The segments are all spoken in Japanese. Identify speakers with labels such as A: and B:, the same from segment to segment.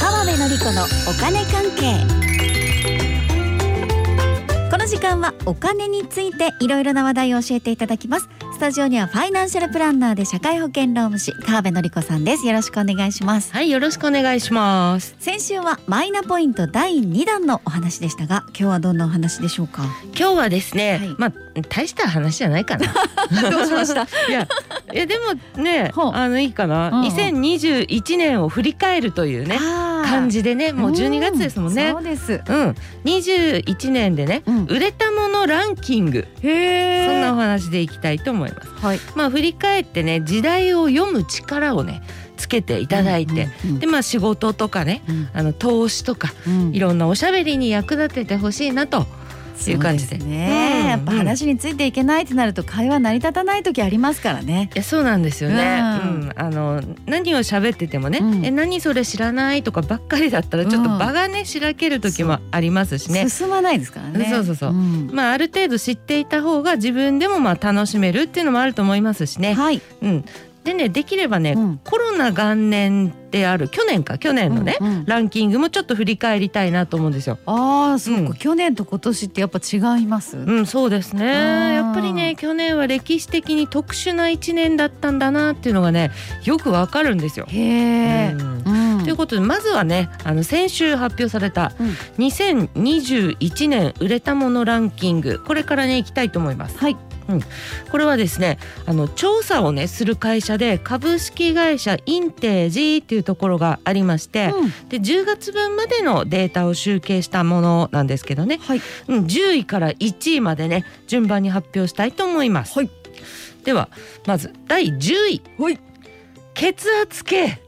A: 子のお金関係この時間はお金についていろいろな話題を教えていただきますスタジオにはファイナンシャルプランナーで社会保険労務士川辺紀子さんですよろしくお願いします
B: はい、よろしくお願いします。
A: 先週はマイナポイント第2弾のお話でしたが今日はどんなお話でしょうか
B: 今日はですね、
A: はい
B: まあ大した話じゃないかな。
A: どうしました
B: いや、いやでもね、
A: ほう
B: あのいいかな。
A: うんうん
B: 2021年を振り返るというね
A: 感
B: 感じでね、もう12月ですもんね
A: そ。うです
B: うん、21年でね、
A: うん
B: 売れたものランキング、
A: へ
B: そんなお話でいきたいと思います。
A: はい
B: まあ振り返ってね、時代を読む力をねつけていただいて、
A: うんうん
B: でまあ仕事とかね、
A: うん
B: あの投資とか
A: うん
B: いろんなおしゃべりに役立ててほしいなと。ていう感じ
A: そ
B: で
A: うすね、
B: うん
A: やっぱ話についていけないってなると会話成り立たない時ありますからね
B: いやそうなんですよね、
A: う
B: うんんあの何を喋っててもね、
A: うん
B: え何それ知らないとかばっかりだったらちょっと
A: うん
B: 場がねしらける時もありますしね、
A: 進まないですからね
B: そうそうそうんまあ、ある程度知っていた方が自分でもまあ楽しめるっていうのもあると思いますしね。
A: はい、
B: うん、でねできればね、
A: うん
B: コロナ元年である去年か去年のね、
A: うんうん
B: ランキングもちょっと振り返りたいなと思うんですよ。
A: ああそうか、
B: うん
A: 去年と今年ってやっぱ違います、
B: うん、そうですね。やっぱり
A: うん
B: ね、去年は歴史的に特殊な一年だったんだなっていうのがね、よくわかるんですよ。
A: へえ、
B: うん
A: うん
B: ということでまずはねあの先週発表された
A: うん
B: 2021年売れたものランキングこれからねいきたいと思います。
A: はい
B: これはですねあの調査をねする会社で株式会社インテージっていうところがありまして、
A: うん
B: で10月分までのデータを集計したものなんですけどね、
A: はい
B: うん、10位から1位までね順番に発表したいと思います。
A: はい
B: ではまず第10位
A: はい
B: 血圧計。
A: へ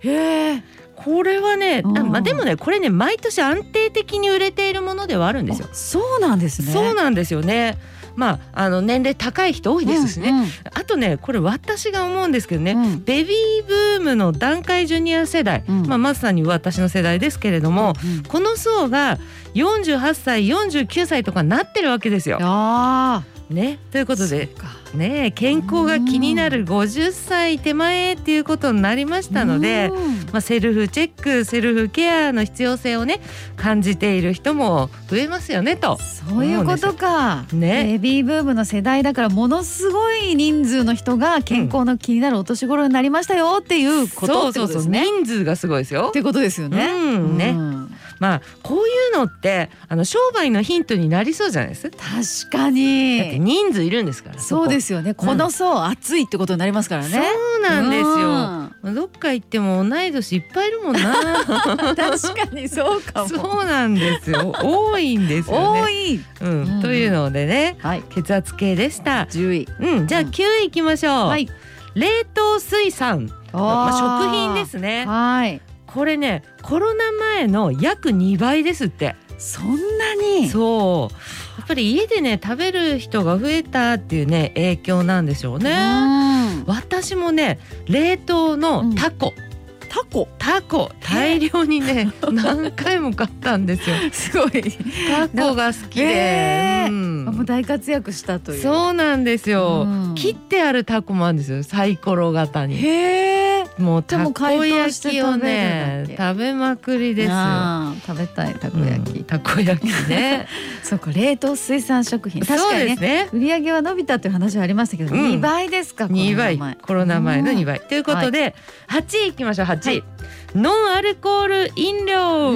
A: え
B: これはね、
A: うん
B: あまあでもねこれね毎年安定的に売れているものではあるんですよ。
A: あそうなんですね
B: そうなんですよね。まああの年齢高い人多いですしね。
A: うんうん
B: あとねこれ私が思うんですけどね、
A: うん
B: ベビーブームの団塊ジュニア世代、
A: うん
B: まあまさに私の世代ですけれども、
A: うん
B: この層が48歳49歳とかなってるわけですよ。
A: ああ
B: ね、ということで
A: そうか
B: ね健康が気になる50歳手前っていうことになりましたので。
A: うん
B: まあ、セルフチェックセルフケアの必要性をね感じている人も増えますよねと。
A: そういうことか。
B: ね
A: ベビーブームの世代だからものすごい人数の人が健康の気になるお年頃になりましたよっていうことってことですね。
B: 人数がすごいですよ
A: っ。てことですよね。
B: うんね
A: ん
B: まあこういうのってあの商売のヒントになりそうじゃないです。だ
A: 確か
B: って
A: に。
B: 人数いるんですから。
A: そうですすよね。この層暑いってことになりますから
B: ね。
A: ね。
B: そうなんですよ。どっか行っても同い年いっぱいいるも んな。
A: すよ。確かにそうかも。
B: そうなんですよ。多いんですよ
A: 多
B: ね。
A: い。
B: うん、
A: うん
B: というのでね
A: はい。
B: 血圧計でした。
A: 10位。
B: うん、じゃあ
A: うん
B: 9位いきましょう。
A: はい。
B: 冷凍水産。まあ、食品です
A: ね。
B: ね
A: はい。
B: これねコロナ前の約2倍ですって
A: そんなに。
B: そうやっぱり家でね食べる人が増えたっていうね影響なんでしょうね
A: うん
B: 私もね冷凍のタコ、
A: タコ。
B: タコ大量にね何回も買ったん ですよ
A: すごい。
B: タコが好きで、
A: えー
B: うん
A: もう大活躍したという。
B: そうなんですよ、
A: うん
B: 切ってあるタコもあるんですよサイコロ型に
A: へえ。
B: もう
A: じゃあ
B: た
A: もう
B: こ
A: 解凍
B: 焼
A: して
B: きを
A: 食べる
B: ね
A: んだっけ
B: 食べまくりですよ
A: あー食べたいたこ焼き、
B: うんたこ焼きね
A: そうか冷凍水産食品確
B: そ
A: か
B: う
A: にね
B: ですね
A: 売り上げは伸びたという話はありましたけど、
B: うん
A: 二2倍ですか
B: 2倍コロナ前の2
A: 倍、
B: 倍ということで、8位いきましょう8位、ノンアルコール飲料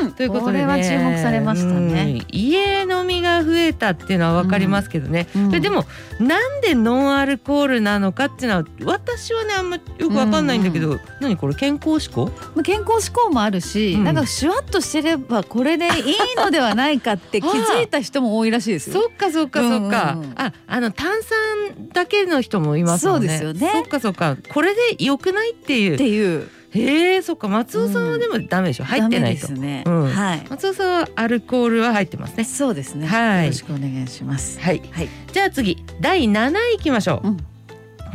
A: うん、
B: ということで、ね、
A: これは注目されましたね、
B: うん家飲みが増えたっていうのは分かりますけどね、
A: うん
B: ででもなんでノンアルコールなのかっていうのは私はねあんまよく分かんないんだけど、何これ健康志向
A: まあ健康志向もあるし、
B: うん
A: なんかシュワッとしてればこれでいいのではないか って気づいた人も多いらしいですよ。
B: そっかそっかそっか、
A: うんうんうん
B: ああの炭酸だけの人もいますもんね
A: そうですよね
B: そっかそっかこれで良くないっていう
A: っていう
B: へえそっか松尾さんはでもダメでしょ、入ってないと
A: ダメですね、
B: うん
A: はい、
B: 松尾さんはアルコールは入ってますね
A: そうですね、
B: はい
A: よろしくお願いします。
B: はい、
A: はい
B: じゃあ次第7位いきましょう、
A: うん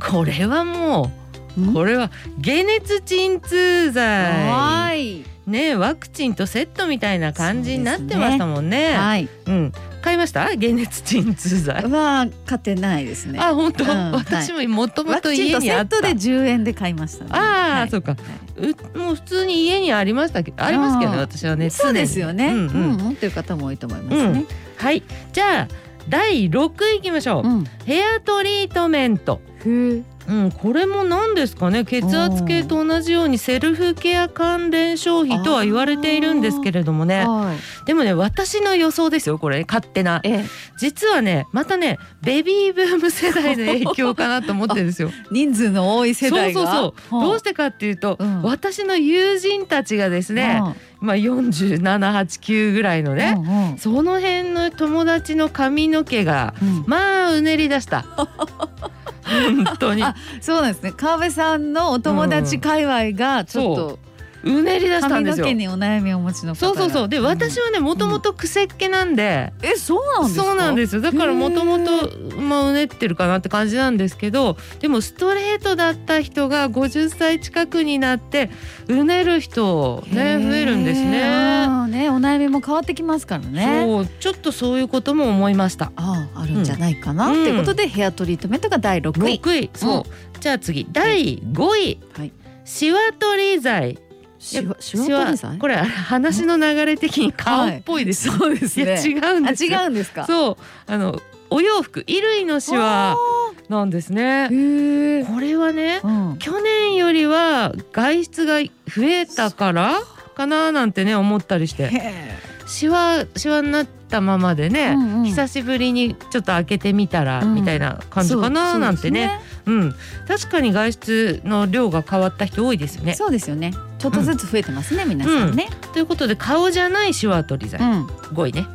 B: これはもう
A: ん
B: これは解熱鎮痛
A: は
B: 剤
A: い
B: ねワクチンとセットみたいな感じになってましたもんね
A: はい。
B: うん買いました解熱鎮痛剤
A: は買ってないですね。
B: あ本当、
A: うんはい
B: 私ももとも
A: ワ
B: と
A: クチン
B: 家
A: と
B: に
A: セ
B: あ
A: ッ
B: った
A: トで10円で買いましたね。
B: あー
A: はい
B: そうか
A: はい
B: でもう普通に家にありましたけどありますけどね
A: あー
B: 私はね
A: そうですよね。
B: 常
A: う
B: に
A: ん
B: うんうん
A: うんという方も多いと思いますね。
B: はいじゃあ第6位いきましょう、
A: うん。
B: ヘアトリートメント
A: ふう。
B: うん、これも何ですかね血圧計と同じようにセルフケア関連消費とは言われているんですけれどもね
A: はい。
B: でもね私の予想ですよこれ勝手な
A: え、
B: 実はねまたねベビーブーム世代 の影響かなと思ってるんですよ
A: 人数の多い世代が。
B: そうそうそうどうしてかっていうと、
A: うん
B: 私の友人たちがですね、まあ4789ぐらいの
A: ね
B: ね、。その辺の友達の髪の毛が
A: うんうん
B: まあうねり出した本当に
A: あそうなんですね。川辺さんのお友達界隈がちょっと
B: うねり出したん
A: 髪
B: で
A: の
B: すよ
A: 毛にお悩みをお持ちの方
B: そう
A: が。
B: そうそうで
A: ん
B: 私はねもともと癖っ気なんで、
A: えそうなんですか。
B: そうなんですよだから
A: へー
B: もともとまあうねってるかなって感じなんですけどでもストレートだった人が50歳近くになってうねる人
A: へ
B: ね
A: ー
B: 増えるんですね。
A: あーねお悩みも変わってきますからね。
B: そうちょっとそういうことも思いました。
A: あああるんじゃないかな、
B: うん
A: っていうことでヘアトリートメントが第6位。
B: 6位そう、じゃあ次第5位、
A: はい
B: シワ取り剤
A: シワシ
B: シ
A: ワ
B: ワ
A: 取り剤
B: これ話の流れ的に顔っぽいです、
A: はいそうですね
B: いや違うんですよ
A: あ違うんですか。
B: そうあのお洋服衣類のシワなんです
A: あ
B: ね
A: ーへえ。
B: これはね
A: うん。
B: 去年よりは外出が増えたからかななんてね思ったりして
A: へ
B: シワシワになったままで
A: え。
B: ね、
A: うんうん
B: 久しぶりにちょっと開けてみたら、
A: うん
B: みたいな感じかななんてねうん確かに外出の量が変わった人多いですよね
A: そうですよね。そうですよね。ちょっとずつ増えてますね、皆さんね。
B: ということで顔じゃないシワ取り剤、
A: うん。
B: 5位ね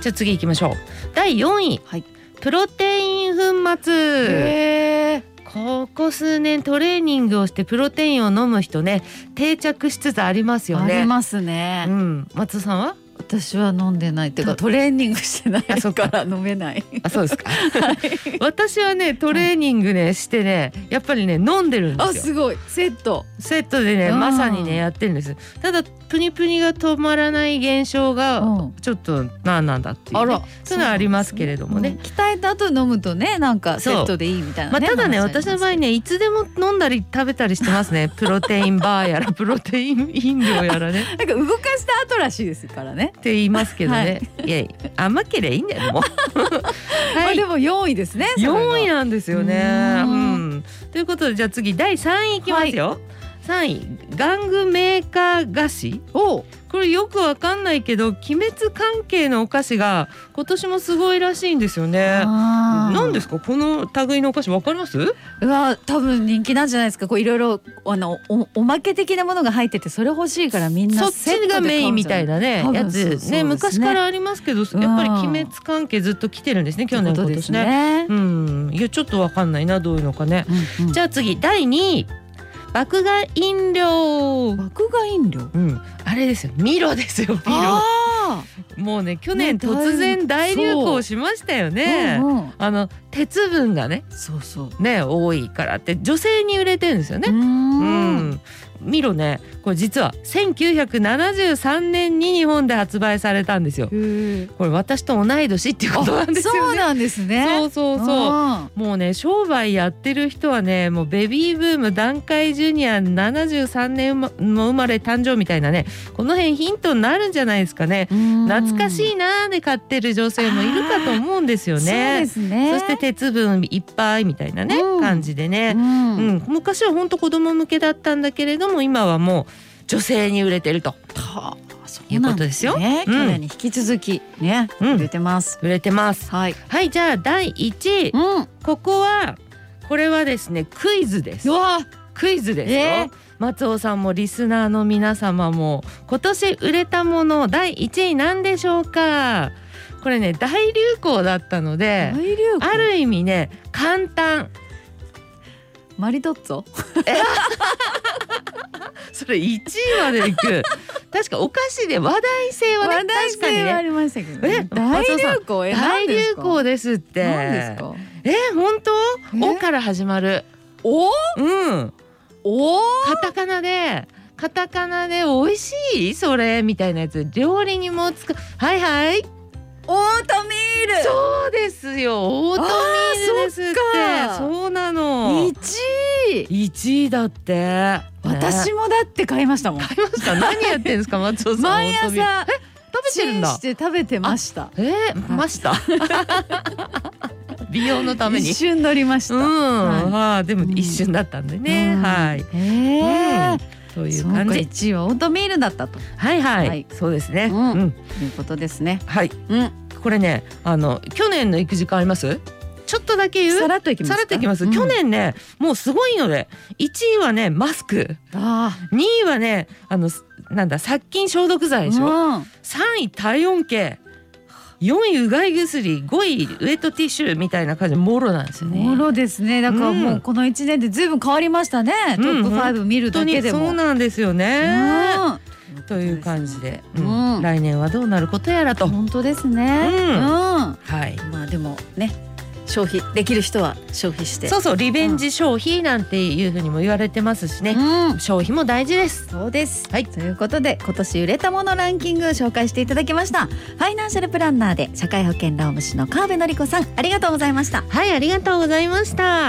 B: じゃあ次行きましょう第4位、
A: はい
B: プロテイン粉末
A: へえ。
B: ここ数年トレーニングをしてプロテインを飲む人ね定着しつつありますよ
A: あり
B: ね
A: ますね
B: う。ん、松尾さんは
A: 私は飲んでないっていうか
B: と
A: トレーニングしてない
B: あそっか
A: から飲めない。
B: あそうですか 私はねトレーニングねしてねやっぱりね飲んでるんで
A: あ
B: すよ
A: すごいセット。
B: セットでね
A: うん
B: まさにねやってるんですただプニプニが止まらない現象が
A: ん。
B: ちょっとなんなんだっていう、ね、
A: あら
B: そういうのはありますけれどもね
A: うん鍛えた後飲むとねなんかセットでいいみたいな、
B: まあ、ただね
A: 話ありま
B: 私
A: す
B: の場合ねいつでも飲んだり食べたりしてます ねプロテインバーやらプロテイン 飲料やらねっ
A: なんか動かした後らしいですからね、
B: て言いますけどね、い、や甘ければいいんだよもう
A: ま
B: は
A: あ
B: い
A: でも4位ですね
B: 4位
A: や
B: なんですよね
A: う
B: うんんということでじゃあ次第3位いきますよ、三3位玩具メーカー菓子
A: お
B: これよくわかんないけど鬼滅関係のお菓子が今年もすごいらしいんですよね
A: な
B: 何ですかこの類のお菓子わかります
A: うわ多分人気なんじゃないですかこういろいろあのおおまけ的なものが入っててそれ欲しいからみん
B: そ
A: な
B: っ
A: セッ
B: ち
A: トで買う
B: が
A: んじゃ
B: メインみたい
A: な
B: なね
A: 多分
B: や
A: そうそう
B: つ
A: ですね
B: ね昔からありますけど
A: ん
B: やっぱり鬼滅関係ずっと来てるんですね去年
A: というこ
B: 今
A: とです
B: 年ね。
A: ね、
B: うんいやちょっとわかんないなどういうのかね。
A: うんうん
B: じゃあ次第2位爆買い飲料。
A: 爆買い飲料
B: うん、あれですよミロですよミロ
A: あ
B: もうね去年
A: ね大
B: 突然大流行しましたよ
A: ー、
B: ね、
A: うんうん
B: あの鉄分がね
A: そうそう
B: ね多いからって女性に売れてるんですよね
A: うー
B: うんん、ミロねこれ実は1973年に日本で発売されたんですよ
A: へー
B: これ私と同い年っていうことなんです
A: そ
B: よ
A: う
B: ね
A: なんですね
B: そうそうそうもうね商売やってる人はねもうベビーブーム団塊ジュニア73年の生まれ誕生みたいなねこの辺ヒントになるんじゃないですかね
A: うん
B: 懐かしいなーで買ってる女性もいるかと思うんですよ
A: そうで
B: ね
A: すね
B: そして鉄分いっぱいみたいなね、
A: うん
B: 感じでね、
A: うん
B: うん、昔は本当子供向けだったんだけれども今はもう女性に売れてると
A: はあそ
B: いうことですよ
A: うなんね、
B: うん
A: 去年に引き続きね、
B: うん
A: 出てます。
B: 売れてます
A: はい。
B: はいじゃあ第1位
A: うん。う
B: ここはこれはですねクイズです
A: わ、
B: クイズですよ、
A: えー
B: 松尾さんもリスナーの皆様も今年売れたもの第1位なんでしょうかこれね大流行だったので
A: 大流行。
B: ある意味ね簡単
A: マリトッツォ。
B: それ1位までい く確かお菓子で話題性はね
A: 話題
B: 確かに
A: 性はあ
B: ね
A: りましたけど、ね。
B: え
A: 大流行。え、
B: 大流行
A: で
B: ですって
A: 何ですか。
B: え本当
A: え
B: おから始まる
A: おお
B: うん
A: お
B: カタカナでカタカナで美味しいそれみたいなやつ料理にも使うはいはい
A: オートミール
B: そうですよオートミールですって
A: あーそっか
B: そうなの
A: 一位
B: 1位だって、ね
A: 私もだって買いましたもん
B: 買いました何やってんですか松尾さん
A: 毎
B: オートミール
A: 朝
B: 食べてるん
A: チン
B: だ
A: して食べてました
B: えー、ました美容のために
A: 一瞬乗りました、
B: うん、
A: はい
B: あーでも一瞬だったんでね、
A: うん
B: はい、
A: へえ、
B: うんという
A: そうか
B: 感じ
A: 1位はオートミールだったとい
B: はいはい、
A: はい
B: そうですね、
A: うん
B: うん、
A: うことですね
B: はい
A: うん
B: これねあの去年の育児変わりますちょっとだけ言う
A: さらっといきます
B: さらっといきます、
A: うん
B: 去年ねもうすごいので1位はねマスク
A: あ
B: 2位はねあのすなんだ殺菌消毒
A: あ
B: 剤でしょ
A: うん
B: 3位体温計4位うがい薬5位ウェットティッシュみたいな感じでもろなんですよね
A: もろですねだからもうこの1年でずいぶん変わりましたね、
B: う
A: ト
B: ん
A: ップ5見る
B: 本当
A: だけ
B: に
A: でも、
B: そうなんですよね
A: うん
B: という感じで、
A: う
B: うん
A: ん、
B: 来年はどうなることやらと、
A: 本当ですね、
B: う
A: う
B: ん
A: ん
B: はい
A: まあでもね消費できる人は消費して
B: そうそうリベンジ消費なんていうふうにも言われてますしね、
A: うん
B: 消費も大事です
A: そうです、
B: はい
A: ということで今年売れたものランキングを紹介していただきましたファイナンシャルプランナーで社会保険労務士の川辺典子さんありがとうございました
B: はいありがとうございました